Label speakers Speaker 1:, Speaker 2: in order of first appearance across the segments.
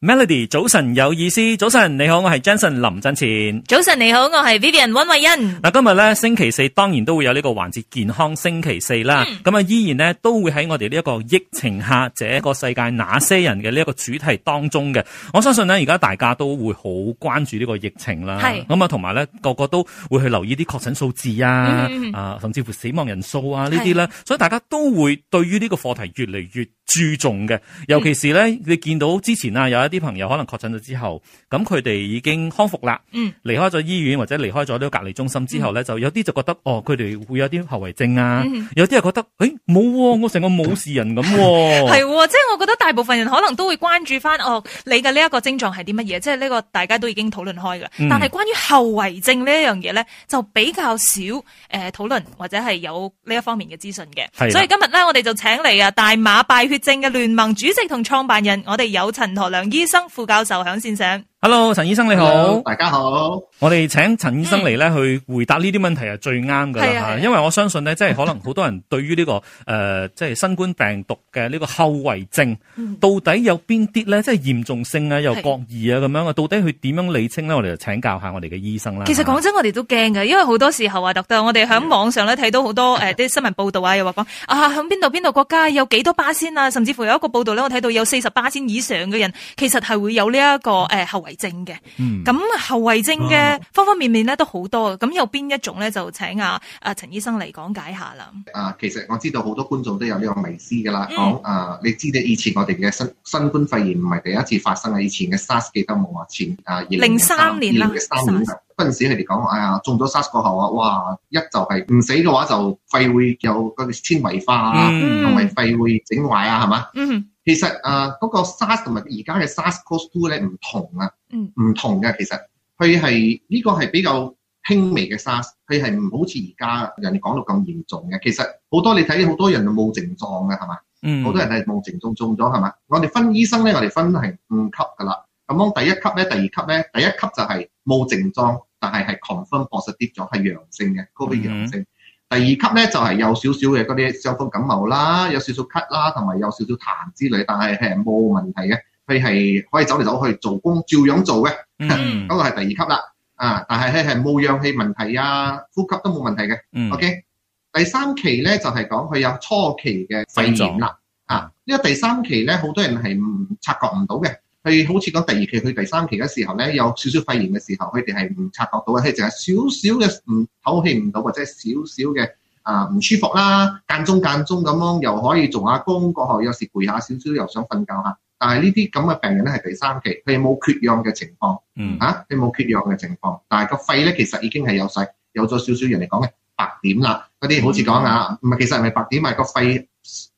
Speaker 1: Melody，早晨有意思，早晨你好，我係 Jensen 林振前。
Speaker 2: 早晨你好，我係 Vivian 溫慧欣。
Speaker 1: 嗱，今日咧星期四當然都會有呢個環節健康星期四啦。
Speaker 2: 嗯
Speaker 1: 咁啊、依然呢，都會喺我哋呢一個疫情下，這個世界那些人嘅呢一個主題當中嘅。我相信呢，而家大家都會好關注呢個疫情啦。
Speaker 2: 係
Speaker 1: 咁啊，同埋咧個個都會去留意啲確診數字啊，
Speaker 2: 嗯嗯嗯
Speaker 1: 啊甚至乎死亡人數啊呢啲啦。所以大家都會對於呢個課題越嚟越注重嘅。尤其是咧，你見到之前啊有一啲朋友可能確診咗之後，咁佢哋已經康復啦。
Speaker 2: 嗯，
Speaker 1: 離開咗醫院或者離開咗呢個隔離中心之後咧，就有啲就覺得哦，佢哋會有啲後遺症啊，
Speaker 2: 嗯
Speaker 1: 有啲係覺得誒冇喎，我成個冇事人咁喎、
Speaker 2: 係喎，即係我覺得大部分人可能都會關注翻哦，你嘅呢一個症狀係啲乜嘢？即係呢個大家都已經討論開嘅。
Speaker 1: 嗯
Speaker 2: 但係關於後遺症呢一樣嘢咧，就比較少誒、呃、討論或者係有呢一方面嘅資訊
Speaker 1: 係啦
Speaker 2: 嘅。所以今日咧，我哋就請嚟啊大馬敗血症嘅聯盟主席同創辦人，我哋有陳何良醫生副教授響線上。
Speaker 1: Hello，陳醫生你好
Speaker 3: Hello，大家好。
Speaker 1: 我哋請陳醫生嚟咧去回答呢啲問題係最啱㗎啦
Speaker 2: 係啊係
Speaker 1: 嚇
Speaker 2: 啊
Speaker 1: 因為我相信咧，即係可能好多人對於呢、個 誒、呃即係新冠病毒嘅呢個後遺症，
Speaker 2: 嗯
Speaker 1: 到底有邊啲咧？即係嚴重性啊，又
Speaker 2: 係
Speaker 1: 各異啊咁樣啊，到底佢點樣理清咧？我哋就請教下我哋嘅醫生啦。
Speaker 2: 其實講真，我哋都驚嘅，因為好多時候啊，特登我哋喺網上咧睇到好多誒啲、新聞報道啊，又話講啊，喺邊度邊度國家有幾多巴仙啊，甚至乎有一個報道咧，我睇到有四十巴仙以上嘅人，其實係會有呢、一個誒、呃、後遺症嘅。
Speaker 1: 嗯
Speaker 2: 咁、後遺症嘅方方面面咧都好多嘅，咁有邊一種咧就請啊啊陳醫生嚟講解下啦。
Speaker 3: 啊，其實我知道好多觀眾都有呢個迷思㗎啦，
Speaker 2: 嗯
Speaker 3: 講啊，你知道以前我哋嘅新新冠肺炎唔係第一次發生啊，以前嘅 SARS 記得冇啊，前啊二
Speaker 2: 03年啦
Speaker 3: 二零三年啊嗰陣時佢哋講話，哎呀，中咗 SARS 過後啊，哇，一就係唔死嘅話就肺會有嗰個纖維化啊，
Speaker 1: 嗯
Speaker 3: 同埋、肺會整壞啊，係嘛？
Speaker 2: 嗯
Speaker 3: 其實啊，嗰、個 SARS 同埋而家嘅 SARS-CoV-2 咧唔同啊，
Speaker 2: 嗯
Speaker 3: 唔同嘅其實佢係呢個係比較輕微嘅 SARS，佢係唔好似而家人哋講到咁嚴重嘅。其實好多你睇好多人就冇症狀嘅係嘛，
Speaker 1: 嗯
Speaker 3: 好多人係冇症狀中咗係嘛。我哋分醫生咧，我哋分係五級㗎啦。咁樣第一級咧，第二級咧，第一級就係冇症狀，但係係 confirm positive 咗係陽性嘅 covid 陽性。第二級咧就係、有少少嘅嗰啲傷風感冒啦，有少少咳啦，同埋有少少痰之類，但係係冇問題嘅，佢係可以走嚟走去做工，照樣做嘅。
Speaker 1: 嗯
Speaker 3: 嗰個係第二級啦。啊，但係咧係冇氧氣問題啊，呼吸都冇問題嘅。
Speaker 1: 嗯
Speaker 3: OK，第三期咧就係講佢有初期嘅肺炎啦。啊，呢個第三期咧，好多人係唔察覺唔到嘅。佢好似講第二期去第三期嘅時候咧，有少少肺炎嘅時候，佢哋係唔察覺到嘅，佢淨係少少嘅唔唞氣唔到，或者少少嘅啊唔舒服啦，間中間中咁樣又可以做下工，過後有時攰下少少又想瞓覺下。但係呢啲咁嘅病人咧係第三期，佢冇缺氧嘅情況。
Speaker 1: 嗯
Speaker 3: 嚇，啊你冇缺氧嘅情況，但係個肺咧其實已經係有晒有咗少少人嚟講嘅白點啦，嗰啲好似講啊，唔係其實係咪白點，係個肺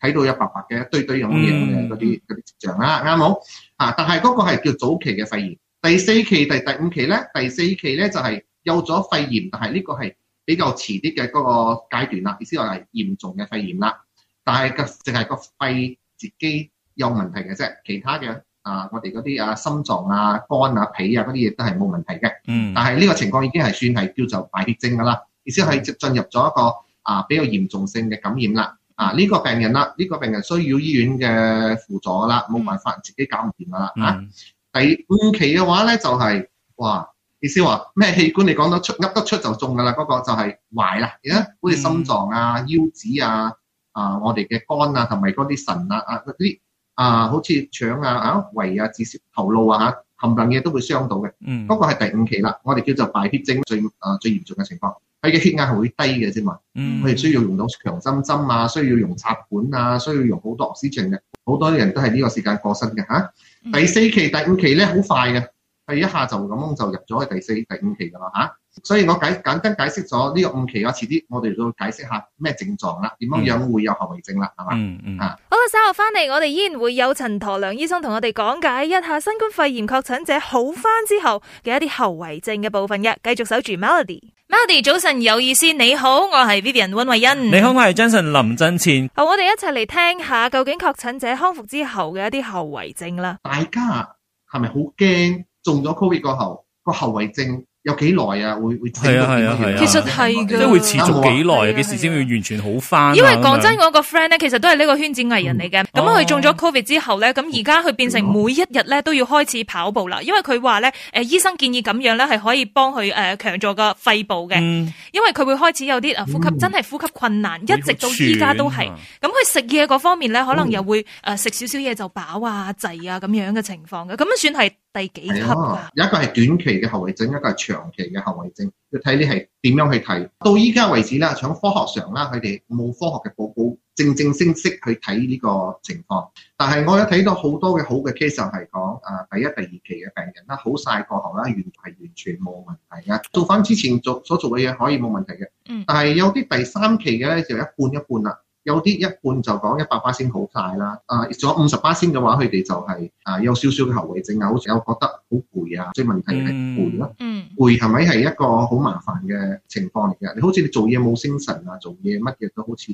Speaker 3: 睇到有白白嘅一堆堆咁嘅嘢嘅嗰啲嗰啲跡象啦，啱冇啊？但係嗰個係叫早期嘅肺炎，第四期、第第五期咧，第四期咧就係、有咗肺炎，但係呢個係比較遲啲嘅嗰個階段啦，意思話係嚴重嘅肺炎啦，但係個淨係個肺自己有問題嘅啫，其他嘅。啊，我哋嗰啲啊心臟啊、肝啊、脾啊嗰啲嘢都係冇問題嘅。
Speaker 1: 嗯
Speaker 3: 但係呢個情況已經係算係叫做敗血症㗎啦，意思
Speaker 1: 嗯
Speaker 3: 係進入咗一個啊比較嚴重性嘅感染啦。啊，
Speaker 1: 嗯
Speaker 3: 呢、個病人啦，呢、個病人需要醫院嘅輔助啦，冇辦法自己搞唔掂㗎啦。啊，
Speaker 1: 嗯
Speaker 3: 第五期嘅話咧就係、哇，意思話咩器官你講得出噏得出就中㗎啦，嗰、個就係壞啦，而家
Speaker 1: 嗯
Speaker 3: 好似心臟啊、腰子啊、啊我哋嘅肝啊同埋嗰啲腎啊啊嗰啲啊好似腸啊、啊胃啊、至少頭腦啊嚇冚唪唥嘢都會傷到嘅。
Speaker 1: 嗯
Speaker 3: 嗰個係第五期啦，我哋叫做敗血症最啊最嚴重嘅情況，佢嘅血壓係會低嘅啫嘛，
Speaker 1: 嗯
Speaker 3: 佢哋需要用到強心針啊，需要用插管啊，需要用好多 o 症嘅，好多人都係呢個時間過身嘅嚇。
Speaker 2: 嗯
Speaker 3: 第四期、第五期咧好快嘅，佢一下就咁樣就入咗去第四、第五期㗎啦嚇。所以我解簡單解釋咗呢個五期啊，遲啲我哋都解釋下咩症狀啦，點樣樣會有後遺症啦，係嘛？
Speaker 1: 嗯嗯
Speaker 3: 啊
Speaker 2: 好啦，稍後翻嚟，我哋依然會有陳陀良醫生同我哋講解一下新冠肺炎確診者好翻之後嘅一啲後遺症嘅部分嘅。繼續守住 Melody。Melody 早晨有意思，你好，我係 Vivian 温慧欣。
Speaker 1: 你好，我係 Jason 林振
Speaker 3: 嗯
Speaker 1: 前。
Speaker 2: 好，我哋一齊嚟聽下究竟確診者康復之後嘅一啲後遺症啦。
Speaker 3: 大家係咪好驚中咗 Covid 過後個後遺症有幾耐啊？會會
Speaker 1: 係啊係啊係啊
Speaker 2: 其實係㗎
Speaker 1: 即係會持續幾
Speaker 2: 係啊
Speaker 1: 耐，
Speaker 2: 係啊
Speaker 1: 幾時先會完全好翻啊？
Speaker 2: 因為講
Speaker 1: 咁
Speaker 2: 真，
Speaker 1: 樣，
Speaker 2: 我個 friend 咧，其實都係呢個圈子藝人嚟嘅。咁
Speaker 1: 哦
Speaker 2: 佢中咗 Covid 之後咧，咁而家佢變成每一日咧都要開始跑步啦。因為佢話咧，誒醫生建議咁樣咧係可以幫佢誒強壯個肺部嘅，
Speaker 1: 嗯
Speaker 2: 因為佢會開始有啲啊呼吸
Speaker 3: 嗯
Speaker 2: 真係呼吸困難，一直到依家都
Speaker 1: 啊
Speaker 3: 啊
Speaker 2: 係。咁佢食嘢嗰方面咧，可能又會誒食少少嘢就飽啊、滯啊咁樣嘅情況嘅。咁樣算係第幾級
Speaker 3: 係
Speaker 2: 㗎
Speaker 3: 啊？，有一個係短期嘅後遺症，一個係長期嘅後遺症，要睇你係點樣去睇。到依家為止啦，響科學上啦，佢哋冇科學嘅報告正正式式去睇呢個情況。但係我有睇到好多嘅好嘅 case 就係講啊，第一、第二期嘅病人啦，好晒過後啦，完係完全冇問題嘅，做翻之前做所做嘅嘢可以冇問題嘅。
Speaker 2: 嗯
Speaker 3: 但係有啲第三期嘅咧就一半一半啦。有啲一半就講一百巴先好晒啦，啊，仲有五十巴先嘅話，佢哋就係、啊有少少嘅後遺症啊，好似有覺得好攰啊，即係問題係攰咯，
Speaker 2: 嗯
Speaker 3: 攰係咪係一個好麻煩嘅情況嚟嘅？你好似你做嘢冇精神啊，做嘢乜嘢都好似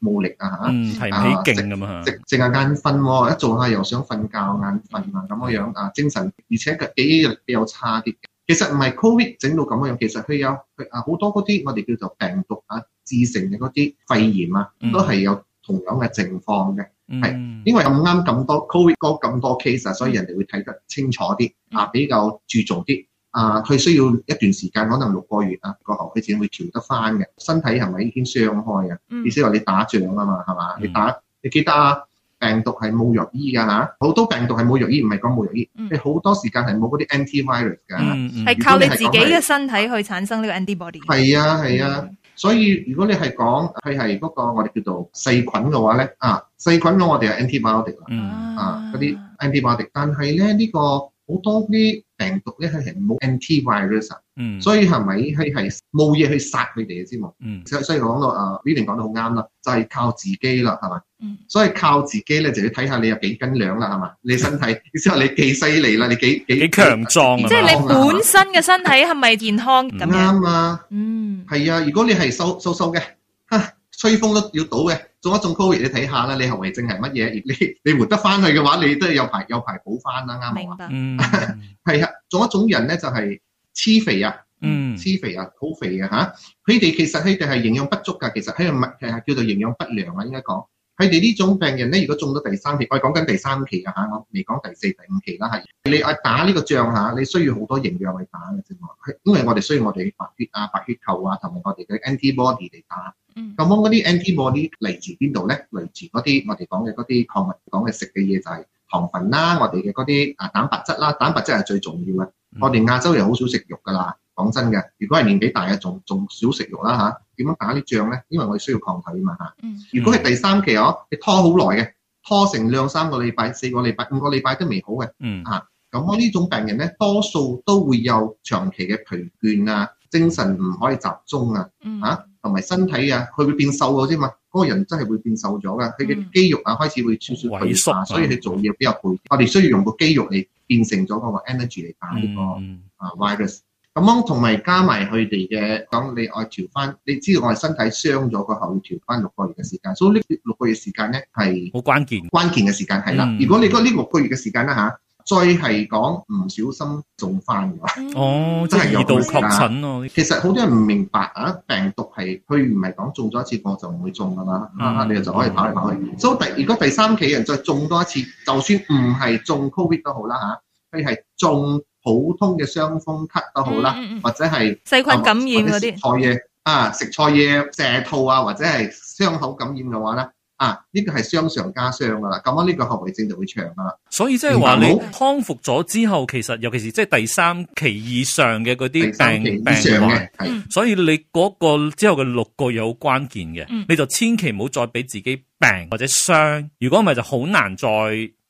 Speaker 3: 冇力啊嚇，
Speaker 1: 嗯，提唔起勁咁啊
Speaker 3: 直，淨係眼瞓喎，一做下又想瞓覺眼瞓啊咁樣
Speaker 1: 嗯
Speaker 3: 樣啊，精神而且個記憶力比較差啲嘅。其實唔係 Covid 整到咁樣樣，其實佢有佢啊好多嗰啲我哋叫做病毒啊致成嘅嗰啲肺炎啊。
Speaker 1: 嗯
Speaker 3: 都係有同樣嘅情況嘅，
Speaker 1: 嗯
Speaker 3: 因為咁啱咁多 Covid 嗰咁多 case 啊，所以人哋會睇得清楚啲，
Speaker 1: 嗯
Speaker 3: 啊比較注重啲，啊佢需要一段時間，可能六個月啊過後佢先會調得翻嘅。身體係咪已經傷開啊？
Speaker 2: 嗯
Speaker 3: 意思話你打仗啊嘛，係嘛？
Speaker 1: 嗯
Speaker 3: 你打你記得啊，病毒係冇藥醫㗎嚇，好多病毒係冇藥醫，唔係講冇藥醫，
Speaker 2: 嗯
Speaker 3: 你好多時間係冇嗰啲 antivirus 㗎。
Speaker 1: 嗯嗯
Speaker 2: 係靠你自己嘅身體去產生呢個 antibody。
Speaker 3: 係啊，係
Speaker 1: 嗯
Speaker 3: 啊。所以如果你係講佢係嗰個我哋叫做細菌嘅話咧，啊細菌嘅我哋係 antibiotic 啦，
Speaker 1: 嗯
Speaker 3: 啊嗰啲 antibiotic，但係咧呢、個好多啲病毒咧佢係冇 antivirus，啊
Speaker 1: 嗯，
Speaker 3: 所以係咪佢係冇嘢去殺佢哋嘅啫嘛？
Speaker 1: 嗯
Speaker 3: 所以所以講到啊 v i l l i a 講得好啱啦，就係、靠自己啦，係咪？
Speaker 2: 嗯
Speaker 3: 所以靠自己咧，就要睇下你有幾斤兩啦，係嘛？你身體，意思話你幾犀利啦，你幾幾
Speaker 1: 幾強壯啊
Speaker 2: 即係
Speaker 1: 嘛，
Speaker 2: 你本身嘅身體係咪健康咁樣？
Speaker 3: 啱啊！
Speaker 2: 嗯，
Speaker 3: 係啊，如果你係瘦瘦瘦嘅，哈吹風都要倒嘅，中一中 Covid 你睇下啦，你後遺症係乜嘢？而你你活得翻去嘅話，你都係有排有排補翻啦，啱唔啱
Speaker 2: 明
Speaker 3: 啊？
Speaker 2: 白。
Speaker 1: 嗯
Speaker 3: 係啊，仲有一種人咧就係、黐肥啊，
Speaker 1: 嗯
Speaker 3: 黐肥啊，好肥嘅嚇，佢哋其實佢哋係營養不足㗎，其實佢哋唔係係叫做營養不良啊，應該講。佢哋呢種病人咧，如果中到第三期，我係講緊第三期啊嚇，我未講第四、第五期啦，係你啊打呢個仗嚇，你需要好多營養去打嘅啫嘛，係因為我哋需要我哋白血啊、白血球啊，同埋我哋嘅 antibody 嚟打。
Speaker 2: 嗯
Speaker 3: 咁嗰啲 antibody 嚟自邊度咧？嚟自嗰啲我哋講嘅嗰啲礦物講嘅食嘅嘢就係糖分啦，我哋嘅嗰啲啊蛋白質啦，蛋白質係最重要嘅。我哋亞洲人好少食肉㗎啦，講真嘅，如果係年紀大嘅，仲仲少食肉啦嚇。點樣打啲仗咧？因為我哋需要抗體啊嘛嚇。
Speaker 2: 嗯
Speaker 3: 如果係第三期哦，你拖好耐嘅，拖成兩三個禮拜、四個禮拜、五個禮拜都未好嘅。
Speaker 1: 嗯
Speaker 3: 咁我呢種病人咧，多數都會有長期嘅疲倦啊、精神唔可以集中啊。
Speaker 2: 嗯
Speaker 3: 啊同埋身體啊，佢會變瘦咗啫嘛。嗰、個人真係會變瘦咗㗎，佢嘅肌肉啊開始會少少退
Speaker 1: 萎縮啊
Speaker 3: 化，所以佢做嘢比較攰。我哋需要用個肌肉嚟變成咗嗰個 energy 嚟打呢個
Speaker 1: 嗯
Speaker 3: 啊 virus。咁樣同埋加埋佢哋嘅講，你愛調翻，你知道我哋身體傷咗個後要調翻六個月嘅時間，所以呢六個月時間咧係
Speaker 1: 好關鍵，
Speaker 3: 關鍵嘅時間係啦
Speaker 1: 嗯。
Speaker 3: 如果你嗰呢六個月嘅時間啦嚇，再係講唔小心中翻嘅話。
Speaker 2: 嗯
Speaker 3: 嗯
Speaker 1: 哦，即係二度確診咯，
Speaker 3: 其實好多人唔明白啊，病毒係佢唔係講中咗一次我就唔會中噶啦，
Speaker 1: 嗯
Speaker 3: 哈哈，你就可以跑嚟跑去。所以第如果第三期人再中多一次，就算唔係中 Covid 都好啦嚇，佢係中普通嘅傷風咳都好啦，
Speaker 2: 嗯嗯嗯
Speaker 3: 或者係
Speaker 2: 細菌感染嗰
Speaker 3: 或者食
Speaker 2: 啲，
Speaker 3: 錯嘢啊，食錯嘢瀉吐啊，或者係傷口感染嘅話咧，啊呢個係傷上加傷噶啦，咁啊呢個後遺症就會長噶啦。
Speaker 1: 所以即係話你
Speaker 3: 明
Speaker 2: 白冇
Speaker 1: 康復咗之後，其實尤其是即係第三期以上嘅嗰
Speaker 3: 第
Speaker 1: 啲
Speaker 3: 三期
Speaker 1: 病
Speaker 3: 以
Speaker 1: 病嗯
Speaker 3: 上
Speaker 1: 患
Speaker 3: 嘅。係。？
Speaker 2: 嗯
Speaker 1: 所以你嗰個之後嘅六個月好關鍵嘅，
Speaker 2: 嗯
Speaker 1: 你就千祈唔好再俾自己病或者傷，如果唔係就好難再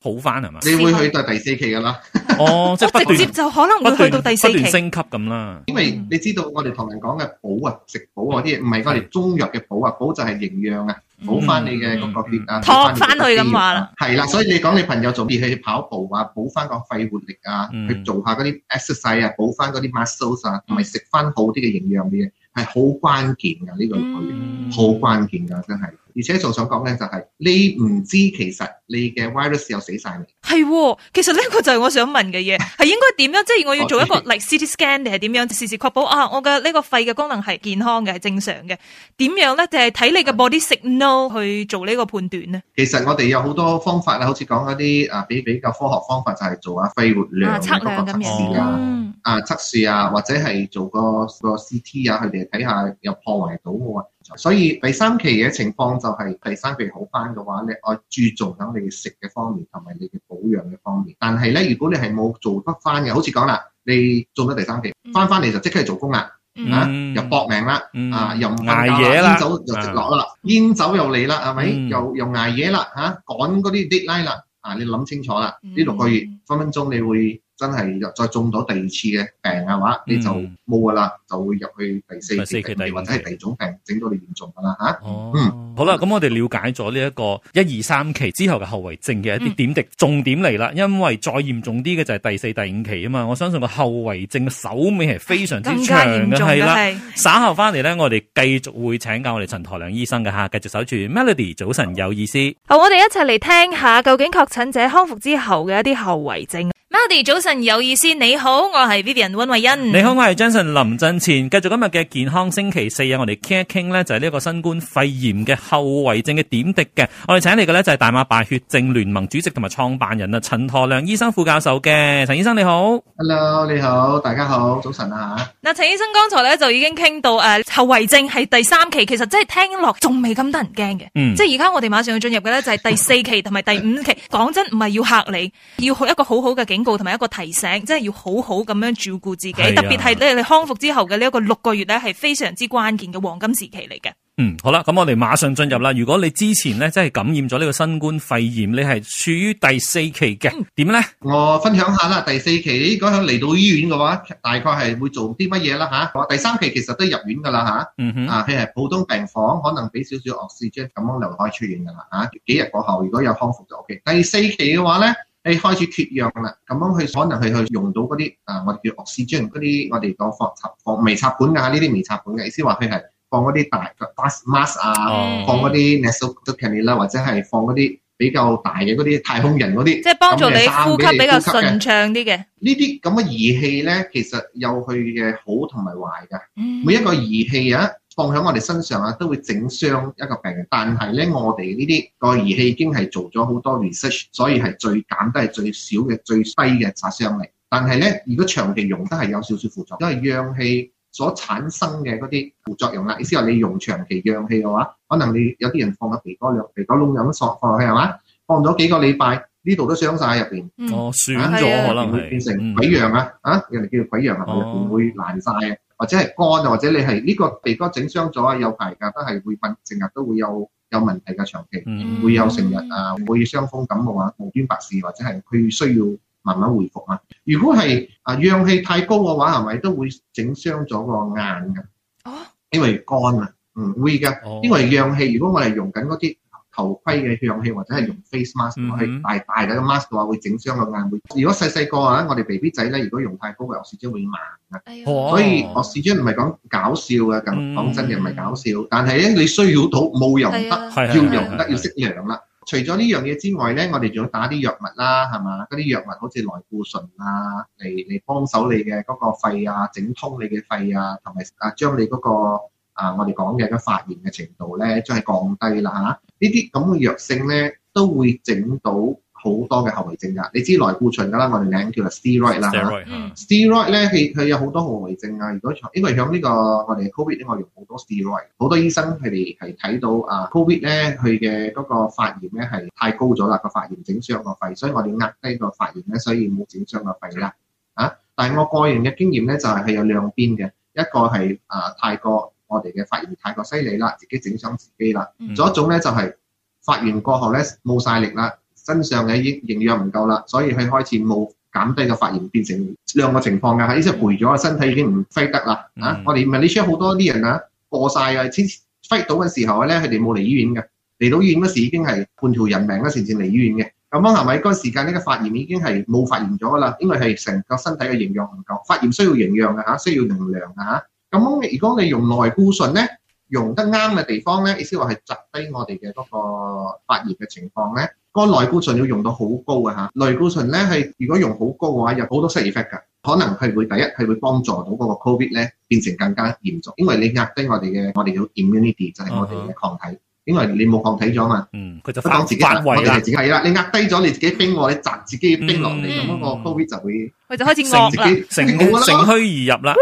Speaker 1: 好翻係嘛
Speaker 3: 你會去到第四期噶啦。
Speaker 1: 哦，即係
Speaker 2: 我
Speaker 1: 不
Speaker 2: 直接
Speaker 1: 斷
Speaker 2: 就可能會去到
Speaker 1: 不斷
Speaker 2: 第四
Speaker 1: 不斷
Speaker 2: 期。
Speaker 1: 升級咁啦。
Speaker 3: 因為你知道我哋同人講嘅補啊，食補啊啲嘢，唔係我
Speaker 1: 嗯
Speaker 3: 哋中藥嘅補啊，補就係營養啊，補翻你
Speaker 2: 嗯
Speaker 3: 嘅嗰個血啊，
Speaker 2: 托返
Speaker 3: 補返你嘅
Speaker 2: 去
Speaker 3: 肌肉啊
Speaker 2: 咁話啦。
Speaker 3: 係啦，所以你講你朋友做熱去跑步啊，補翻個肺活力啊，
Speaker 1: 嗯
Speaker 3: 去做下嗰啲 exercise 啊，補翻嗰啲 muscles 啊，同埋食翻好啲嘅營養嘅嘢，係好關鍵㗎呢個類型，
Speaker 2: 嗯
Speaker 3: 好關鍵㗎真係。而且仲想講咧就係、你唔知其實你嘅 virus 又死晒你。
Speaker 2: 係喎，其實呢個就係我想問嘅 嘢，係應該點樣？即係我要做一個
Speaker 3: 哦
Speaker 2: 例 CT scan 定係點樣，時時確保啊我嘅呢個肺嘅功能係健康嘅，係正常嘅。點樣咧？就係睇你嘅 body signal 去做呢個判斷咧。
Speaker 3: 其實我哋有好多方法啦，好似講嗰啲啊比比較科學方法，就係做下肺活量
Speaker 2: 啊測
Speaker 3: 嘅
Speaker 2: 量
Speaker 3: 嗰
Speaker 2: 咁
Speaker 3: 個
Speaker 2: 樣
Speaker 3: 測試啊，
Speaker 2: 嗯，
Speaker 3: 啊測試啊，或者係做個個 CT 啊，佢哋睇下有破壞到冇啊。所以第三期嘅情況就係、第三期好翻嘅話咧，我注重喺你嘅食嘅方面同埋你嘅保養嘅方面。但係咧，如果你係冇做得翻嘅，好似講啦，你做咗第三期
Speaker 2: 嗯
Speaker 3: 翻翻嚟就即刻去做工啦，
Speaker 2: 嗯
Speaker 3: 啊
Speaker 1: 嗯
Speaker 3: 又搏命啦。
Speaker 1: 嗯
Speaker 3: 啊，又唔瞓
Speaker 1: 捱
Speaker 3: 覺
Speaker 1: 夜啦啊
Speaker 3: 啦，煙，酒又直落啦，煙酒又嚟啦，係
Speaker 1: 嗯
Speaker 3: 咪？又又捱夜啦，嚇趕嗰啲 deadline 啦，啊，你諗清楚啦，
Speaker 2: 嗯
Speaker 3: 呢六個月分分鐘你會真係又再中咗第二次嘅病嘅話，你就
Speaker 1: 嗯
Speaker 3: 冇噶啦，就會入去第四
Speaker 1: 第四
Speaker 3: 期、
Speaker 1: 期
Speaker 3: 第
Speaker 1: 第
Speaker 3: 五期
Speaker 1: 五
Speaker 3: 或者係
Speaker 1: 期
Speaker 3: 第二種病，整到你嚴重噶啦嚇。
Speaker 1: 哦，
Speaker 3: 嗯
Speaker 1: 好啦，咁我哋了解咗呢一個一二三期之後嘅後遺症嘅
Speaker 2: 嗯
Speaker 1: 一啲點滴，重點嚟啦，因為再嚴重啲嘅就係第四、第五期啊嘛，我相信個後遺症嘅首尾係非常之
Speaker 2: 更
Speaker 1: 長
Speaker 2: 加嚴
Speaker 1: 嘅，
Speaker 2: 重
Speaker 1: 係
Speaker 2: 嘅
Speaker 1: 啦。
Speaker 2: 係。
Speaker 1: 稍後翻嚟咧，我哋繼續會請教我哋陳台良醫生嘅吓，繼續守住 Melody，早晨有意思。
Speaker 2: 好，我哋一齊嚟聽下究竟確診者康復之後嘅一啲後遺症。Melody 早晨有意思，你好，我係 Vivian 温慧欣。
Speaker 1: 你好，我係 Jason 林振前，繼續今日嘅健康星期四啊，我哋傾一傾咧就係呢一個新冠肺炎嘅後遺症嘅點滴嘅。我哋請嚟嘅咧就係大馬敗血症聯盟主席同埋創辦人啊陳陀亮醫生副教授嘅，陳醫生你好。
Speaker 3: Hello，你好，大家好，早晨啊嚇。
Speaker 2: 嗱，陳醫生剛才咧就已經傾到誒、呃、後遺症係第三期，其實真係聽落仲未咁得人驚嘅。
Speaker 1: 嗯
Speaker 2: 即係而家我哋馬上要進入嘅咧 就係第四期同埋第五期。講真，唔係要嚇你，要一個好好嘅警告同埋一個提醒，即係要好好咁樣照顧自己。
Speaker 1: 係啊
Speaker 2: 特別係咧你康復之後嘅呢一個六個月咧，係非常之關鍵嘅黃金時期嚟嘅。
Speaker 1: 嗯，好啦，咁我哋馬上進入啦。如果你之前咧真係感染咗呢個新冠肺炎，你係處於第四期
Speaker 2: 嗯
Speaker 1: 嘅，點咧？
Speaker 3: 我分享下啦，第四期如果佢嚟到醫院嘅話，大概係會做啲乜嘢啦嚇。第三期其實都入院噶啦嚇。
Speaker 1: 嗯哼，
Speaker 3: 啊，佢係普通病房，可能俾少少 oxygen 咁樣就可以出院㗎啦。啊，幾日過後如果有康復就 OK。第四期嘅話咧，你開始缺氧啦，咁樣佢可能佢去用到嗰啲啊，我哋叫 oxygen 嗰啲，我哋講放插放微插管㗎，呢啲微插管嘅意思話佢係放嗰啲大 mask 啊，
Speaker 1: 哦
Speaker 3: 放
Speaker 2: 嗯
Speaker 3: 嗰啲 nasal cannula 啦，或者係放嗰啲比較大嘅嗰啲太空人嗰
Speaker 2: 即
Speaker 3: 啲
Speaker 2: 係幫助你
Speaker 3: 咁嘅衫
Speaker 2: 呼吸
Speaker 3: 俾你
Speaker 2: 比較
Speaker 3: 呼吸嘅
Speaker 2: 順暢啲嘅。
Speaker 3: 呢啲咁嘅儀器咧，其實有佢嘅好同埋壞㗎。
Speaker 2: 嗯
Speaker 3: 每一個儀器啊，放喺我哋身上啊，都會整傷一個病人。但係咧，我哋呢啲個儀器已經係做咗好多 research，所以係最減低、最少嘅、最低嘅殺傷力。但係咧，如果長期用都係有少少副作用，因為氧氣所產生嘅嗰啲副作用啦。意思話你用長期氧氣嘅話，可能你有啲人放喺鼻哥兩鼻哥窿咁索放落去係嘛，放咗幾個禮拜，呢度都傷晒入邊。
Speaker 2: 嗯
Speaker 1: 哦，損
Speaker 3: 啊
Speaker 1: 咗
Speaker 2: 係啊
Speaker 1: 可能
Speaker 3: 會
Speaker 1: 係
Speaker 3: 變成
Speaker 1: 嗯
Speaker 3: 鬼樣啊！啊，人哋叫做鬼樣啊，
Speaker 1: 哦
Speaker 3: 入邊會爛晒嘅，或者係乾啊，或者你係呢個鼻哥整傷咗啊，有排㗎，都係會問，成日都會有有問題㗎，長期
Speaker 1: 嗯
Speaker 3: 會有成日啊，會傷風感冒啊，無端白事，或者係佢需要慢慢回復啊。如果係啊氧氣太高嘅話，係咪都會整傷咗個眼㗎？
Speaker 2: 哦，
Speaker 3: 因為乾啊，嗯，會㗎。
Speaker 1: 哦
Speaker 3: 因為氧氣，如果我哋用緊嗰啲頭盔嘅氧氣，或者係用 face
Speaker 1: 嗯
Speaker 3: mask
Speaker 1: 哼
Speaker 3: 去大大嘅 mask 嘅話，會整傷個眼。會如果細細個啊，我哋 B B 仔咧，如果用太高嘅 oxygen 會慢。
Speaker 2: 哎呀
Speaker 1: 哦
Speaker 3: 所以 oxygen 唔係講搞笑嘅，
Speaker 1: 嗯
Speaker 3: 咁講真嘅唔係搞笑。但係咧，你需要到冇又唔
Speaker 2: 係
Speaker 3: 得，
Speaker 2: 啊
Speaker 1: 係
Speaker 3: 要
Speaker 1: 係
Speaker 3: 用
Speaker 1: 係
Speaker 3: 得要適量啦。除咗呢樣嘢之外咧，我哋仲要打啲藥物啦，係嘛？嗰啲藥物好似類固醇啊，嚟嚟幫手你嘅嗰個肺啊，整通你嘅肺啊，同埋啊將你嗰個啊我哋講嘅嗰發炎嘅程度咧，將係降低啦嚇。呢啲咁嘅藥性咧，都會整到好多嘅後遺症㗎。你知類固醇㗎啦，我哋名叫做 steroid 啦嚇
Speaker 1: steroid 啊
Speaker 2: 嗯
Speaker 3: steroid 咧，佢佢有好多後遺症啊！如果因為響呢個我哋 covid 咧，我用好多 steroid，好多醫生佢哋係睇到啊 covid 咧，佢嘅嗰個發炎咧係太高咗啦，個發炎整傷個肺，所以我哋壓低個發炎咧，所以冇整傷個肺啦。啊！但係我個人嘅經驗咧，就係、佢有兩邊嘅，一個係啊太過我哋嘅發炎太過犀利啦，自己整傷自己啦。
Speaker 1: 嗯
Speaker 3: 仲有一種咧就係、發完過後咧冇晒力啦，身上嘅營營養唔夠啦，所以佢開始冇減低個發炎，變成兩個情況㗎，係即係攰咗，身體已經唔揮得啦。
Speaker 1: 嗯
Speaker 3: 啊，我哋 Malaysia 好多啲人啊過晒啊，先揮到嘅時候咧，佢哋冇嚟醫院嘅，嚟到醫院嗰時已經係半條人命嗰時先嚟醫院嘅。咁樣係咪嗰個時間呢個發炎已經係冇發炎咗㗎啦？因為係成個身體嘅啊營養唔夠，發炎需要營養嘅嚇，需要能量嘅嚇。咁如果你用內固醇咧，用得啱嘅地方咧，意思話係窒低我哋嘅嗰個發炎嘅情況咧，個類固醇要用到好高嘅嚇。類固醇咧係如果用好高嘅話，有好多 side effect 㗎，可能係會第一係會幫助到嗰個 covid 咧變成更加嚴重，因為你壓低我哋嘅我哋叫 immunity 就係我哋嘅抗體，因為你冇抗體咗嘛。
Speaker 1: 嗯，佢就
Speaker 3: 佢
Speaker 1: 發
Speaker 3: 當自己
Speaker 1: 嗯發
Speaker 3: 啦，我
Speaker 1: 圍
Speaker 3: 哋係
Speaker 1: 啦，
Speaker 3: 自己係啦，你壓低咗你自己冰喎，你砸自己冰落嚟，咁嗰
Speaker 1: 嗯
Speaker 3: 個 covid 就會
Speaker 2: 佢就開始
Speaker 1: 成
Speaker 2: 惡
Speaker 3: 自
Speaker 2: 啦。
Speaker 3: 己
Speaker 1: 乘
Speaker 3: 好㗎啦
Speaker 1: 乘虛而入啦。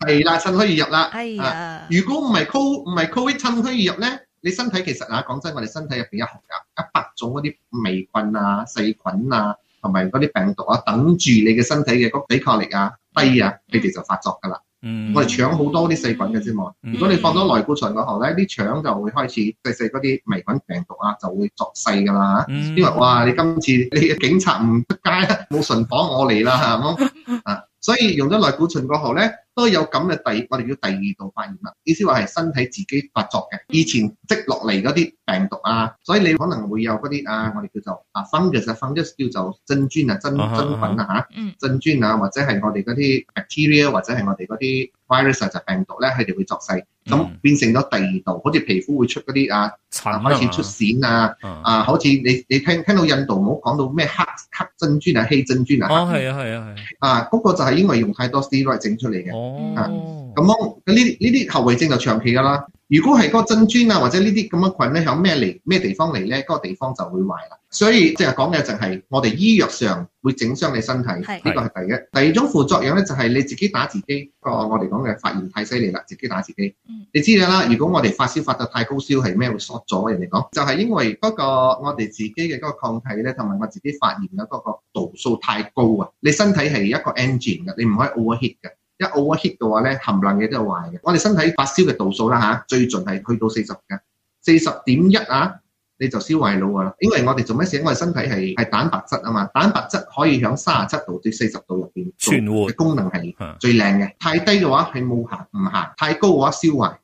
Speaker 3: 係啦，趁虛而入啦。
Speaker 2: 哎
Speaker 3: 啊
Speaker 2: 呀，
Speaker 3: 如果唔係 co 唔係 covid 趁虛而入咧，你身體其實啊講真，我哋身體入邊有一百種嗰啲微菌啊、細菌啊，同埋嗰啲病毒啊，等住你嘅身體嘅嗰個抵抗力啊低啊，你哋就發作㗎啦。
Speaker 1: 嗯，
Speaker 3: 我哋搶好多啲細菌嘅啫嘛。
Speaker 1: 嗯
Speaker 3: 如果你放多內固醇嗰行咧，啲腸就會開始細細嗰啲微菌病毒啊，就會作勢㗎啦。
Speaker 1: 嗯
Speaker 3: 因為哇，你今次 你嘅警察唔出街啦，冇巡房我嚟啦，係冇啊？所以用咗內固醇過後咧，都有咁嘅第，我哋叫第二度發炎啦。意思話係身體自己發作嘅，以前積落嚟嗰啲病毒啊，所以你可能會有嗰啲啊，我哋叫做啊 fungus 啊，fungus 叫做真菌啊、真
Speaker 1: 啊哈
Speaker 3: 真菌啊
Speaker 2: 嗯
Speaker 3: 嚇，真菌啊，或者係我哋嗰啲 bacteria 或者係我哋嗰啲 virus 啊，就病毒咧，佢哋會作勢，
Speaker 1: 嗯
Speaker 3: 咁變成咗第二度，好似皮膚會出嗰啲啊，
Speaker 1: 塵啊嘛
Speaker 3: 開始出癬啊。
Speaker 1: 啊
Speaker 3: 啊，好似你你聽聽到印度唔好講到咩黑黑珍珠啊、黑珍珠啊，
Speaker 1: 哦，係啊，係啊，係啊，
Speaker 3: 啊嗰、個就係因為用太多 steroid 整出嚟嘅。
Speaker 1: 哦，
Speaker 3: 啊咁樣呢啲呢啲後遺症就長期㗎啦。如果係嗰個珍珠啊，或者呢啲咁嘅菌咧，響咩嚟咩地方嚟咧，嗰、個地方就會壞啦。所以即係講嘅就係我哋醫藥上會整傷你身體，
Speaker 2: 係
Speaker 3: 呢個係第一。第二種副作用咧就係你自己打自己個我哋講嘅發炎太犀利啦，自己打自己
Speaker 2: 嗯。
Speaker 3: 你知㗎啦，如果我哋發燒發到太高燒係咩會 short 咗？人哋講就係因為嗰個我哋自己嘅嗰個抗體咧，同埋我自己發炎嘅嗰個度數太高啊！你身體係一個 engine 㗎，你唔可以 overheat 㗎。一 overheat 嘅話咧，冚唪唥嘢都係壞嘅。我哋身體發燒嘅度數啦嚇，最盡係去到四十嘅，四十點一啊，你就燒壞腦㗎啦。因為我哋做咩事？我哋身體係係蛋白質啊嘛，蛋白質可以喺三十七度至四十度入邊做
Speaker 1: 存活
Speaker 3: 嘅功能係
Speaker 1: 嗯
Speaker 3: 最靚嘅。太低嘅話係冇行唔行，太高嘅話燒壞。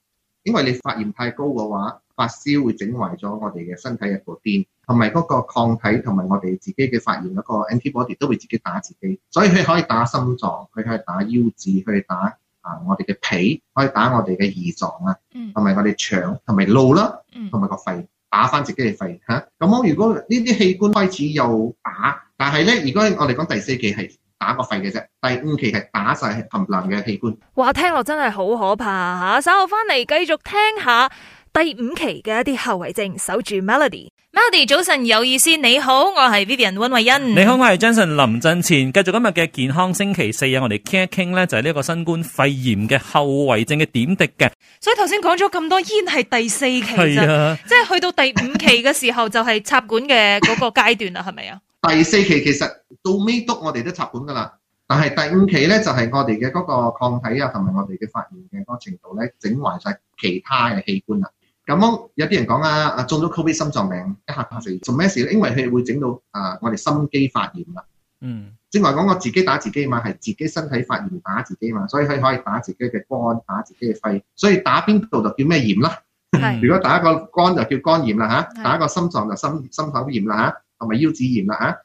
Speaker 3: 因為你發炎太高嘅話，發燒會整壞咗我哋嘅身體嘅 protein，同埋嗰個抗體同埋我哋自己嘅發炎嗰個 antibody 都會自己打自己，所以佢可以打心臟，佢可以打腰子，佢可以打啊我哋嘅脾，可以打我哋嘅胰臟啊，
Speaker 2: 嗯
Speaker 3: 同埋我哋腸，同埋腦啦。
Speaker 2: 嗯
Speaker 3: 同埋個肺打翻自己嘅肺嚇。咁、我如果呢啲器官開始又打，但係咧，如果我哋講第四期係打個肺嘅啫，第五期係打晒冚唪唥嘅器官。
Speaker 2: 哇，聽落真係好可怕啊吓！稍後翻嚟繼續聽下第五期嘅一啲後遺症，守住 Melody。Melody 早晨有意思，你好，我係 Vivian 温慧
Speaker 3: 嗯
Speaker 2: 欣。
Speaker 1: 你好，我係 Jason 林振前，繼續今日嘅健康星期四啊，我哋傾一傾咧就係呢一個新冠肺炎嘅後遺症嘅點滴嘅，
Speaker 2: 所以頭先講咗咁多，煙係第四期
Speaker 1: 係
Speaker 2: 啫，
Speaker 1: 啊，
Speaker 2: 即係去到第五期嘅時候就係插管嘅嗰個階段啦，係咪啊？
Speaker 3: 第四期其實到尾督我哋都插管㗎啦，但係第五期咧就係、我哋嘅嗰個抗體啊，同埋我哋嘅發炎嘅嗰個程度咧，整壞晒其他嘅器官啦。咁樣有啲人講啊，啊中咗 covid 心臟病一下怕死，做咩事咧？因為佢會整到啊我哋心肌發炎啊啦。
Speaker 1: 嗯，
Speaker 3: 正話講我自己打自己嘛，係自己身體發炎打自己嘛，所以佢可以打自己嘅肝，打自己嘅肺，所以打邊度就叫咩炎啦。
Speaker 1: 嗯
Speaker 2: 係
Speaker 3: 如果打個肝就叫肝炎啦
Speaker 2: 係
Speaker 3: 嚇，打個心臟就心心口炎啦嚇，同埋腰子炎啦嚇。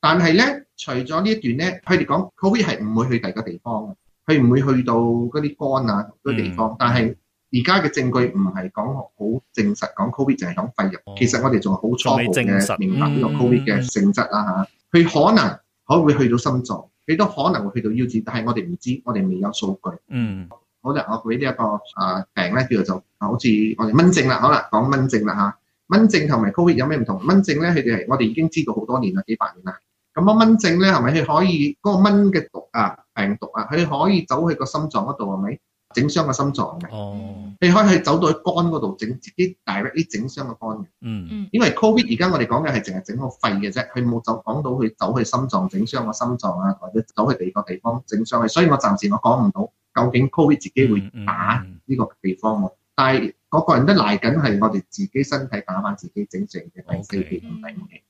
Speaker 3: 但係咧，除咗呢一段咧，佢哋講 Covid 係唔會去第二個地方嘅，佢唔會去到嗰啲肝啊嗰啲地
Speaker 1: 嗯
Speaker 3: 方。但係而家嘅證據唔係講好證實講 Covid 就係講肺入，
Speaker 1: 哦
Speaker 3: 其實我哋仲係好初步
Speaker 1: 仲未證實
Speaker 3: 嘅明白呢個
Speaker 1: 嗯
Speaker 3: Covid 嘅性質啦嚇。佢可能可會去到心臟，佢都可能會去到腰子，但係我哋唔知，我哋未有數據。
Speaker 1: 嗯，
Speaker 3: 好啦，我舉呢一個啊病咧，叫做就好似我哋蚊症啦，好啦，講蚊症啦嚇。蚊症同埋 Covid 有咩唔同？蚊症咧，佢哋係我哋已經知道好多年啦，幾百年啦。咁啊，蚊症咧係咪佢可以嗰、個蚊嘅毒啊病毒啊，佢可以走去個心臟嗰度係咪整傷個心臟嘅？
Speaker 1: 哦，
Speaker 3: 佢可以走到去肝嗰度整自己 directly 整傷個肝嘅。
Speaker 1: 嗯，
Speaker 3: 因為 Covid 而家我哋講嘅係淨係整個肺嘅啫，佢冇走講到佢走去心臟整傷個心臟啊，或者走去第二個地方整傷佢，所以我暫時我講唔到究竟 Covid 自己會
Speaker 1: 嗯
Speaker 3: 打
Speaker 1: 嗯
Speaker 3: 呢個地方喎。但係嗰個人都賴緊係我哋自己身體打翻自己整成嘅第四期同第五期。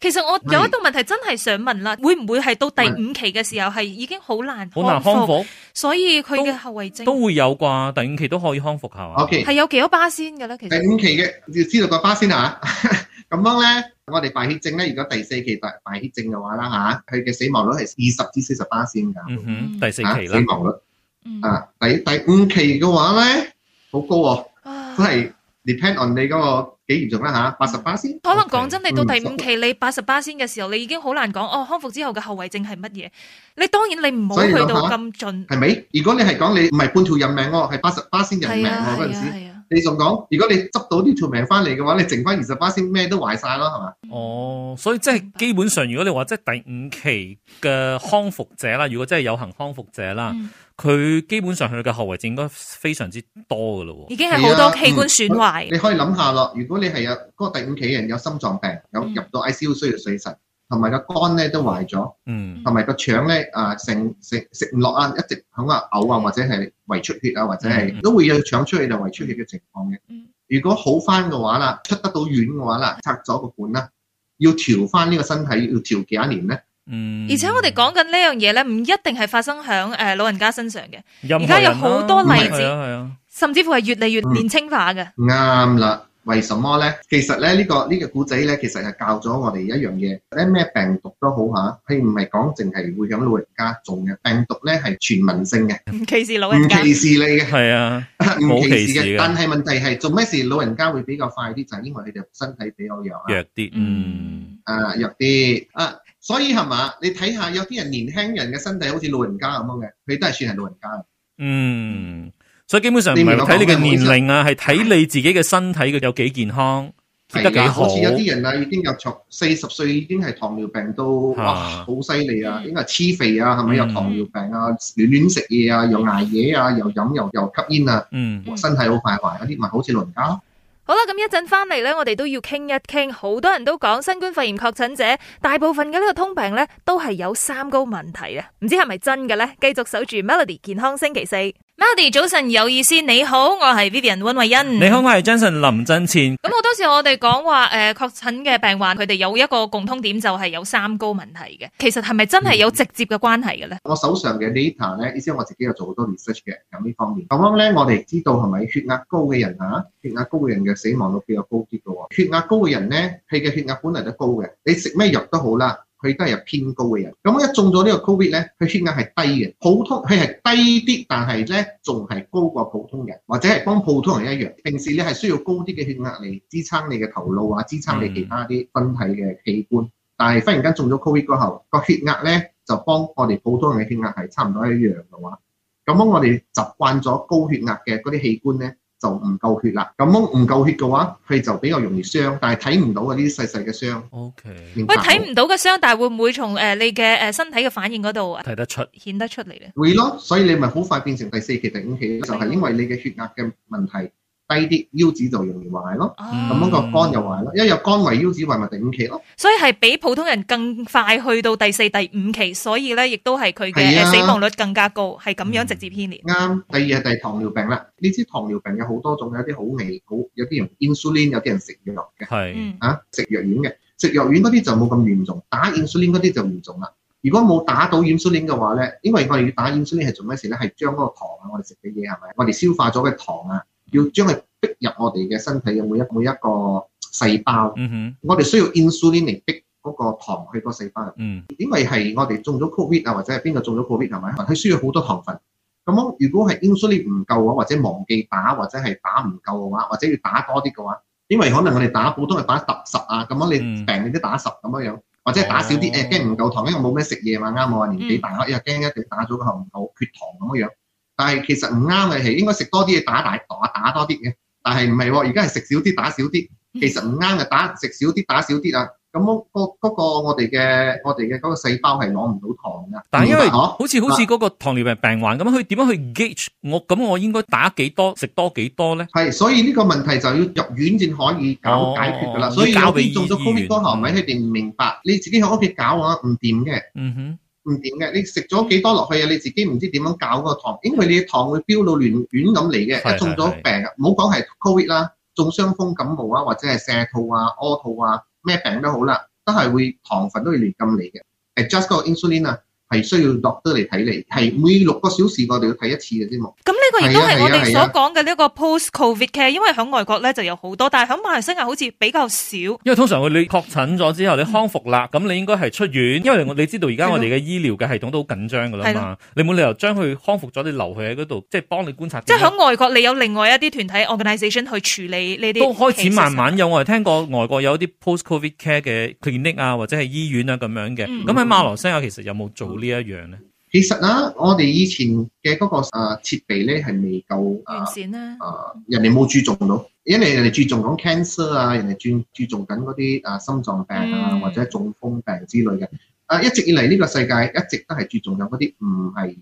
Speaker 2: 其實我有一道問題真係想問啦，會唔會係到第五期嘅時候係已經好難
Speaker 1: 好難康
Speaker 2: 復，
Speaker 1: 復，
Speaker 2: 所以佢嘅後遺症
Speaker 1: 都會有啩，第五期都可以康復下啊嘛
Speaker 3: O K，
Speaker 2: 係有幾多巴仙嘅咧？其實
Speaker 3: 第五期嘅要知道個巴先嚇。 咁樣咧，我哋敗血症咧，如果第四期敗敗血症嘅話啦嚇，佢嘅死亡率係二十至四十巴先㗎。
Speaker 1: 嗯哼，第四期
Speaker 3: 嚇
Speaker 1: 啦
Speaker 3: 死，亡率啊
Speaker 2: 嗯
Speaker 3: 啊，第第五期嘅話咧，好高喎、
Speaker 2: 啊
Speaker 3: 都係 depend on 你嗰個幾嚴重啦吓，八十巴先。
Speaker 2: 可能講真，
Speaker 3: 嗯
Speaker 2: 你到第五期你八十巴仙嘅時候，你已經好難講哦，康復之後嘅後遺症係乜嘢？你當然你唔好
Speaker 3: 所以啊
Speaker 2: 去
Speaker 3: 諗下
Speaker 2: 到咁盡，
Speaker 3: 係咪？如果你係講你唔係半條人命喎，係八十巴先人
Speaker 2: 係
Speaker 3: 命
Speaker 2: 啊
Speaker 3: 喎嗰
Speaker 2: 係
Speaker 3: 陣
Speaker 2: 啊
Speaker 3: 時，
Speaker 2: 係啊，
Speaker 3: 你仲講如果你執到呢條命翻嚟嘅話，你剩翻二十巴先咩都壞晒咯，係嘛？
Speaker 1: 哦，所以即係基本上，如果你話即係第五期嘅康復者啦，如果真係有幸康復者啦
Speaker 2: 嗯，
Speaker 1: 佢、基本上佢嘅後遺症應該非常之多噶咯喎。
Speaker 2: 已經係好
Speaker 3: 係啊
Speaker 2: 多器官損壞，
Speaker 3: 你可以諗下咯，如果你係有嗰個第五期嘅人有心臟病，有
Speaker 2: 嗯
Speaker 3: 入到 ICU 需要洗腎，同埋個肝咧都壞咗，
Speaker 1: 嗯
Speaker 3: 同埋個腸咧啊食食食唔落啊，一直響啊嘔啊，或者係胃出血啊，或者
Speaker 1: 嗯
Speaker 3: 係都會有腸出血就胃出血嘅情況嘅
Speaker 2: 嗯。
Speaker 3: 如果好翻嘅話啦，出得到院嘅話啦，拆咗個管啦，要調翻呢個身體要調幾多年咧？
Speaker 1: 嗯，
Speaker 2: 而且我哋講緊呢樣嘢咧，唔一定係發生喺誒老人家身上嘅，
Speaker 1: 而
Speaker 2: 而家有好多
Speaker 3: 例
Speaker 2: 子
Speaker 1: 係啊係啊，
Speaker 2: 甚至乎係越嚟越
Speaker 3: 嗯
Speaker 2: 年青化嘅。
Speaker 3: 啱啦，為什麼咧？其實咧呢、呢個呢、個古仔咧，其實係教咗我哋一樣嘢，咧咩病毒都好嚇，佢唔係講淨係會響老人家中嘅，病毒咧係全民性嘅，
Speaker 2: 唔歧視老
Speaker 3: 唔
Speaker 2: 人家，
Speaker 3: 歧視你嘅，
Speaker 2: 嗯
Speaker 1: 係啊，
Speaker 3: 唔歧視
Speaker 1: 冇歧視嘅
Speaker 3: 嘅。但係問題係做咩事老人家會比較快啲，就係、因為佢哋身體比較弱啊，
Speaker 1: 弱啲，嗯，
Speaker 3: 啊弱啲啊，所以係嘛？你睇下有啲人年輕人嘅身體好似老人家咁樣嘅，佢都係算係老人家嘅。
Speaker 1: 嗯，所以基本上唔係睇你嘅年齡啊，係睇你自己嘅身體嘅有幾健康，食得幾
Speaker 3: 係啊，
Speaker 1: 好
Speaker 3: 好，似有啲人啊，已經有錯四十歲已經係糖尿病都
Speaker 1: 嚇
Speaker 3: 哇好犀利啊！
Speaker 2: 嗯
Speaker 3: 應該係黐肥啊，係咪有
Speaker 1: 嗯
Speaker 3: 糖尿病啊？亂亂食嘢啊，又捱夜啊，又飲又又吸煙啊，
Speaker 1: 嗯
Speaker 2: 嗯
Speaker 3: 身體好快壞嗰啲咪好似老人家咯。
Speaker 2: 好啦，咁一陣翻嚟呢，我哋都要傾一傾。好多人都講新冠肺炎確診者，大部分嘅呢個通病呢，都係有三高問題啊，唔知係咪真嘅呢？繼續守住 Melody 健康星期四，Melody 早晨有意思，你好，我係 Vivian 温慧欣。
Speaker 1: 你好，。我係 Jason 林振
Speaker 3: 嗯
Speaker 1: 前。
Speaker 2: 咁好多時我哋講話誒確診嘅病患，佢哋有一個共通點就係有三高問題嘅。其實係咪真係有直接嘅關係嘅咧？
Speaker 3: 我手上嘅 data 咧，意思係我自己有做好多 research 嘅，有呢方面。咁樣咧，我哋知道係咪血壓高嘅人啊？血壓高嘅人嘅死亡率比較高啲嘅喎。血壓高嘅人咧，佢嘅血壓本嚟都高嘅，你食咩藥都好啦，佢都係有偏高嘅人。咁一中咗呢個 covid 咧，佢血壓係低嘅，普通佢係低啲，但係咧仲係高過普通人，或者係幫普通人一樣。平時你係需要高啲嘅血壓嚟支撐你嘅頭腦啊，支撐你其他啲身體嘅器官。但係忽然間中咗 Covid 嗰後，個血壓咧就幫我哋普通人嘅血壓係差唔多一樣嘅話，咁樣我哋習慣咗高血壓嘅嗰啲器官咧就唔夠血啦。咁樣唔夠血嘅話，佢就比較容易傷，但係睇唔到嗰啲細細嘅傷。
Speaker 1: O K，
Speaker 3: 明白
Speaker 2: 喂，
Speaker 3: 冇
Speaker 2: 睇唔到嘅傷，但係會唔會從誒你嘅誒身體嘅反應嗰度啊
Speaker 1: 睇得出，
Speaker 2: 顯得出嚟咧？
Speaker 3: 會咯，所以你咪好快變成第四期、第五期，
Speaker 2: 啊
Speaker 3: 就係因為你嘅血壓嘅問題低啲，腰子就容易壞咯。咁樣
Speaker 2: 哦
Speaker 1: 嗯
Speaker 3: 個肝又壞咯，一有肝壞腰子壞咪第五期咯。
Speaker 2: 所以係比普通人更快去到第四、第五期，所以咧亦都係佢嘅
Speaker 3: 係
Speaker 2: 呃
Speaker 3: 啊
Speaker 2: 死亡率更加高，係咁樣直接牽連。
Speaker 3: 啱，第二係第糖尿病啦。呢支糖尿病有好多種，有啲好微，好有啲人 insulin，有啲人食藥嘅。
Speaker 1: 係
Speaker 2: 嗯，
Speaker 3: 啊，食藥丸嘅，食藥丸嗰啲就冇咁嚴重，打 insulin 嗰啲就嚴重啦。如果冇打到 insulin 嘅話咧，因為我哋要打 insulin 係做咩事咧？係將嗰個糖啊，我哋食嘅嘢係咪？我哋消化咗嘅糖啊，要將佢逼入我哋嘅身體嘅每一每一個細胞，
Speaker 1: 嗯哼，
Speaker 3: 我哋需要 insulin 嚟逼嗰個糖去個細胞入。
Speaker 1: 嗯
Speaker 3: 因為係我哋中咗 covid 啊，或者係邊個中咗 covid 係咪？佢需要好多糖分。咁樣如果係 insulin 唔夠嘅話，或者忘記打，或者係打唔夠嘅話，或者要打多啲嘅話，因為可能我哋打普通係打十十啊，咁樣
Speaker 1: 嗯
Speaker 3: 你病你都打十咁樣樣，或者係打少啲
Speaker 1: 哦
Speaker 3: 誒，驚唔夠糖，因為冇咩食嘢嘛，啱我話年
Speaker 2: 嗯
Speaker 3: 紀大，又哎驚一定打咗個後唔夠血糖咁樣樣。但係其實唔啱嘅係應該食多啲嘢打大打打多啲嘅，但係唔係喎，而家係食少啲打少啲，其實唔啱嘅，打食少啲打少啲啊。咁嗰嗰嗰個我哋嘅我哋嘅嗰個細胞係攞唔到糖㗎。
Speaker 1: 但係因為
Speaker 3: 明白啊嗬
Speaker 1: 好似好似嗰個糖尿病病患咁，佢點樣去 gauge 我？咁我應該打幾多，食多幾多咧？
Speaker 3: 係，所以呢個問題就要入院先可以
Speaker 1: 哦
Speaker 3: 搞解決㗎啦。
Speaker 1: 要
Speaker 3: 所以有
Speaker 1: 交俾
Speaker 3: 啲中咗
Speaker 1: 醫院
Speaker 3: Covid 嗰後咪佢哋唔明白，你自己喺屋企搞啊唔掂嘅，
Speaker 1: 嗯哼，
Speaker 3: 唔掂嘅。你食咗幾多落去啊？你自己唔知點樣搞嗰個糖，因為你嘅糖會飆到亂亂咁嚟
Speaker 1: 係
Speaker 3: 嘅。一中咗病，啊唔好講係 Covid 啦，中傷風感冒啊，或者係瀉肚啊、屙肚啊，咩病都好啦，都係會糖分都會亂咁嚟嘅。adjust 嗰個 insulin 啊，係需要落得嚟睇你，係每六個小時我哋要睇一次嘅啫嘛。
Speaker 2: 咁呢個亦都係我哋
Speaker 3: 係啊係啊係
Speaker 2: 所
Speaker 3: 啊
Speaker 2: 講嘅呢個 post covid care，因為喺外國咧就有好多，但係喺馬來西亞好似比較少。
Speaker 1: 因為通常佢你確診咗之後，你康復啦，咁你應該係出院，因為我你知道而
Speaker 2: 嗯係
Speaker 1: 家
Speaker 2: 咯
Speaker 1: 我哋嘅醫療嘅系統都好緊張噶啦
Speaker 2: 係
Speaker 1: 嘛
Speaker 2: 咯，
Speaker 1: 你冇理由將佢康復咗，你留佢喺嗰度，即係幫你觀察。
Speaker 2: 即係喺外國，你有另外一啲團體 organisation 去處理呢啲，
Speaker 1: 都開始慢。慢有，我係聽過外國有一啲 post covid care 嘅 clinic 啊，或者係醫院啊咁樣嘅。
Speaker 2: 嗯
Speaker 1: 咁喺馬來西亞其實有冇做呢一樣咧？
Speaker 3: 其實啊，我哋以前嘅嗰個誒設備咧係未夠呃
Speaker 2: 完
Speaker 3: 誒
Speaker 2: 善啦，
Speaker 3: 誒，啊人哋冇注重到，因為人哋注重講 cancer 啊，人哋注注重緊嗰啲誒心臟病啊
Speaker 2: 嗯
Speaker 3: 或者中風病之類嘅。誒一直以嚟呢個世界一直都係注重有嗰啲唔係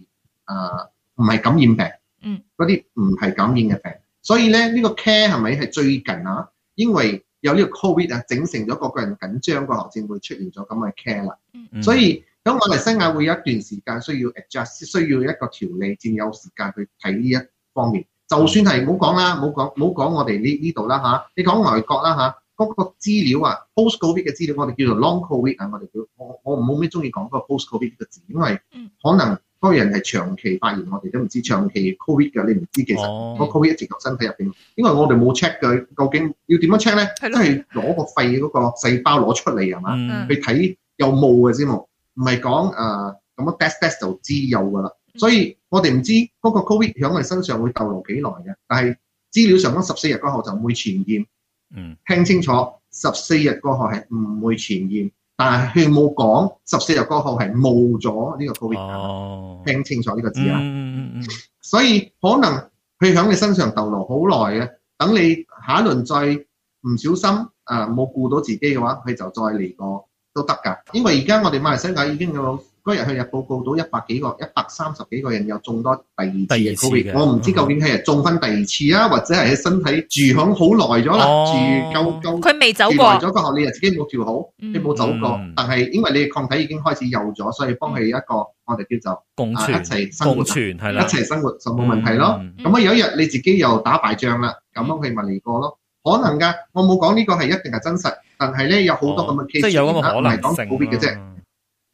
Speaker 3: 誒唔係感染病，
Speaker 2: 嗯，
Speaker 3: 嗰啲唔係感染嘅病。所以咧呢個 care 係咪係最近啊？因為有呢個 covid 啊，整成咗個個人緊張過後，先會出現咗咁嘅 care 啦。
Speaker 1: 嗯
Speaker 3: 所以咁馬來西亞會有一段時間需要 adjust，需要一個調理，先有時間去睇呢一方面。就算係唔好講啦，冇講冇講我哋呢呢度啦吓，你講外國啦吓，嗰、個資料啊，post covid 嘅資料，我哋叫做 long covid 啊，我哋叫我我冇咩中意講嗰個 post covid 呢個字，因為
Speaker 2: 嗯
Speaker 3: 可能嗰個人係長期發炎，我哋都唔知長期 covid 嘅，你唔知其實。個
Speaker 1: 哦，
Speaker 3: Covid 一直入身體入邊，因為我哋冇 check 佢究竟要點樣 check 咧，
Speaker 2: 係
Speaker 3: 真
Speaker 2: 咯
Speaker 3: 係攞個肺嗰個細胞攞出嚟係嘛？
Speaker 1: 嗯
Speaker 3: 去睇有冇嘅啫嘛，唔係講誒呃咁樣 test test 就知有噶啦。所以我哋唔知嗰個 covid 喺我哋身上會逗留幾耐嘅，但係資料上講十四日過後就唔會傳染。
Speaker 1: 嗯，
Speaker 3: 聽清楚，十四日過後係唔會傳染，但係佢冇講十四日過後係冇咗呢個 covid。
Speaker 1: 哦，
Speaker 3: 聽清楚呢個字啊！
Speaker 1: 嗯嗯嗯
Speaker 3: 所以可能佢喺你身上逗留好耐嘅，等你下一輪再唔小心啊冇顧到自己嘅話，佢就再嚟過都得㗎。因為而家我哋馬來西亞已經有嗰日佢日報告到一百幾個、一百三十幾個人有中多第二次
Speaker 1: 第二
Speaker 3: 嘅
Speaker 1: 次
Speaker 3: Covid
Speaker 1: 嘅
Speaker 3: 我唔知究竟佢係中翻第二次啊，或者係喺身體住響好耐咗啦，
Speaker 1: 哦
Speaker 3: 住夠夠
Speaker 2: 佢未走
Speaker 3: 住耐
Speaker 2: 過，
Speaker 3: 咗過後，你又自己冇調好，你冇走過
Speaker 1: 嗯，
Speaker 3: 但係因為你嘅抗體已經開始有咗，所以幫佢一個我哋叫做
Speaker 1: 共
Speaker 3: 啊一
Speaker 1: 存
Speaker 3: 齊生活
Speaker 1: 共
Speaker 3: 啊
Speaker 1: 存係
Speaker 3: 一
Speaker 1: 啦，
Speaker 3: 齊生活就冇問題咯。
Speaker 1: 嗯。
Speaker 3: 咁啊有一日你自己又打敗仗啦，咁樣佢咪嚟過咯。可能㗎，我冇講呢個係一定係真實，但係咧有好多咁嘅 case，
Speaker 1: 哦即係有咁嘅可
Speaker 3: 啊唔係
Speaker 1: 能
Speaker 3: 講
Speaker 1: 性啊嗯
Speaker 3: 普遍嘅啫。
Speaker 1: 啦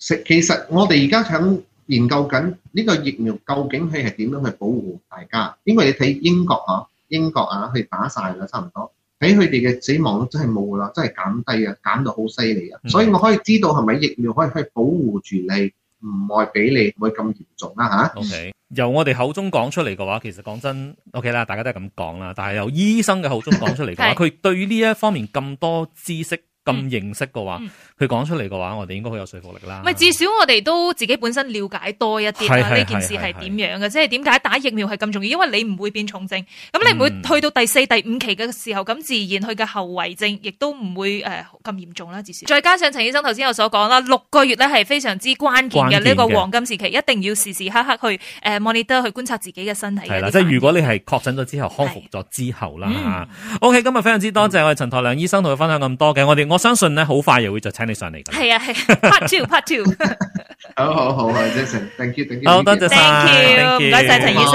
Speaker 3: 食其實我哋而家響研究緊呢個疫苗究竟佢係點樣去保護大家，因為你睇英國嚇，英國啊佢打晒啦差唔多，睇佢哋嘅死亡率真係冇啦，真係減低啊，減到好犀利啊，
Speaker 1: 嗯
Speaker 3: 所以我可以知道係咪疫苗可以去保護住你，唔愛俾你唔會咁嚴重啦嚇。
Speaker 1: O K，由我哋口中講出嚟嘅話，其實講真，O K 啦，大家都係咁講啦。但係由醫生嘅口中講出嚟嘅話，
Speaker 2: 係
Speaker 1: 佢對呢一方面咁多知識、咁認識嘅話
Speaker 2: 嗯，
Speaker 1: 佢講出嚟嘅話，我哋應該好有說服力啦。
Speaker 2: 咪至少我哋都自己本身了解多一啲
Speaker 1: 係
Speaker 2: 啦。
Speaker 1: 係
Speaker 2: 呢件事係點樣嘅？即係點解打疫苗係咁重要？因為你唔會變重症，咁你唔會
Speaker 1: 嗯
Speaker 2: 去到第四、第五期嘅時候，咁自然佢嘅後遺症亦都唔會誒咁嚴重啦。至少再加上陳醫生頭先有所講啦，六個月咧係非常之關鍵嘅
Speaker 1: 關鍵嘅
Speaker 2: 呢個黃金時期，一定要時時刻刻去誒 monitor 去觀察自己嘅身
Speaker 1: 係
Speaker 2: 體嘅一啲反應。
Speaker 1: 啦，即係如果你係確診咗之後康復咗之後啦
Speaker 2: 嗯
Speaker 1: 嚇 O K，今日非常之多謝我哋陳台良醫生同佢分享咁多嘅，我哋我相信咧好快又會再請你上嚟㗎啦。
Speaker 2: 係啊係啊 part two part two，thank
Speaker 3: 好好好啊，Jason，thank you，thank you，
Speaker 1: 好多謝晒
Speaker 2: you，唔該晒陳醫生。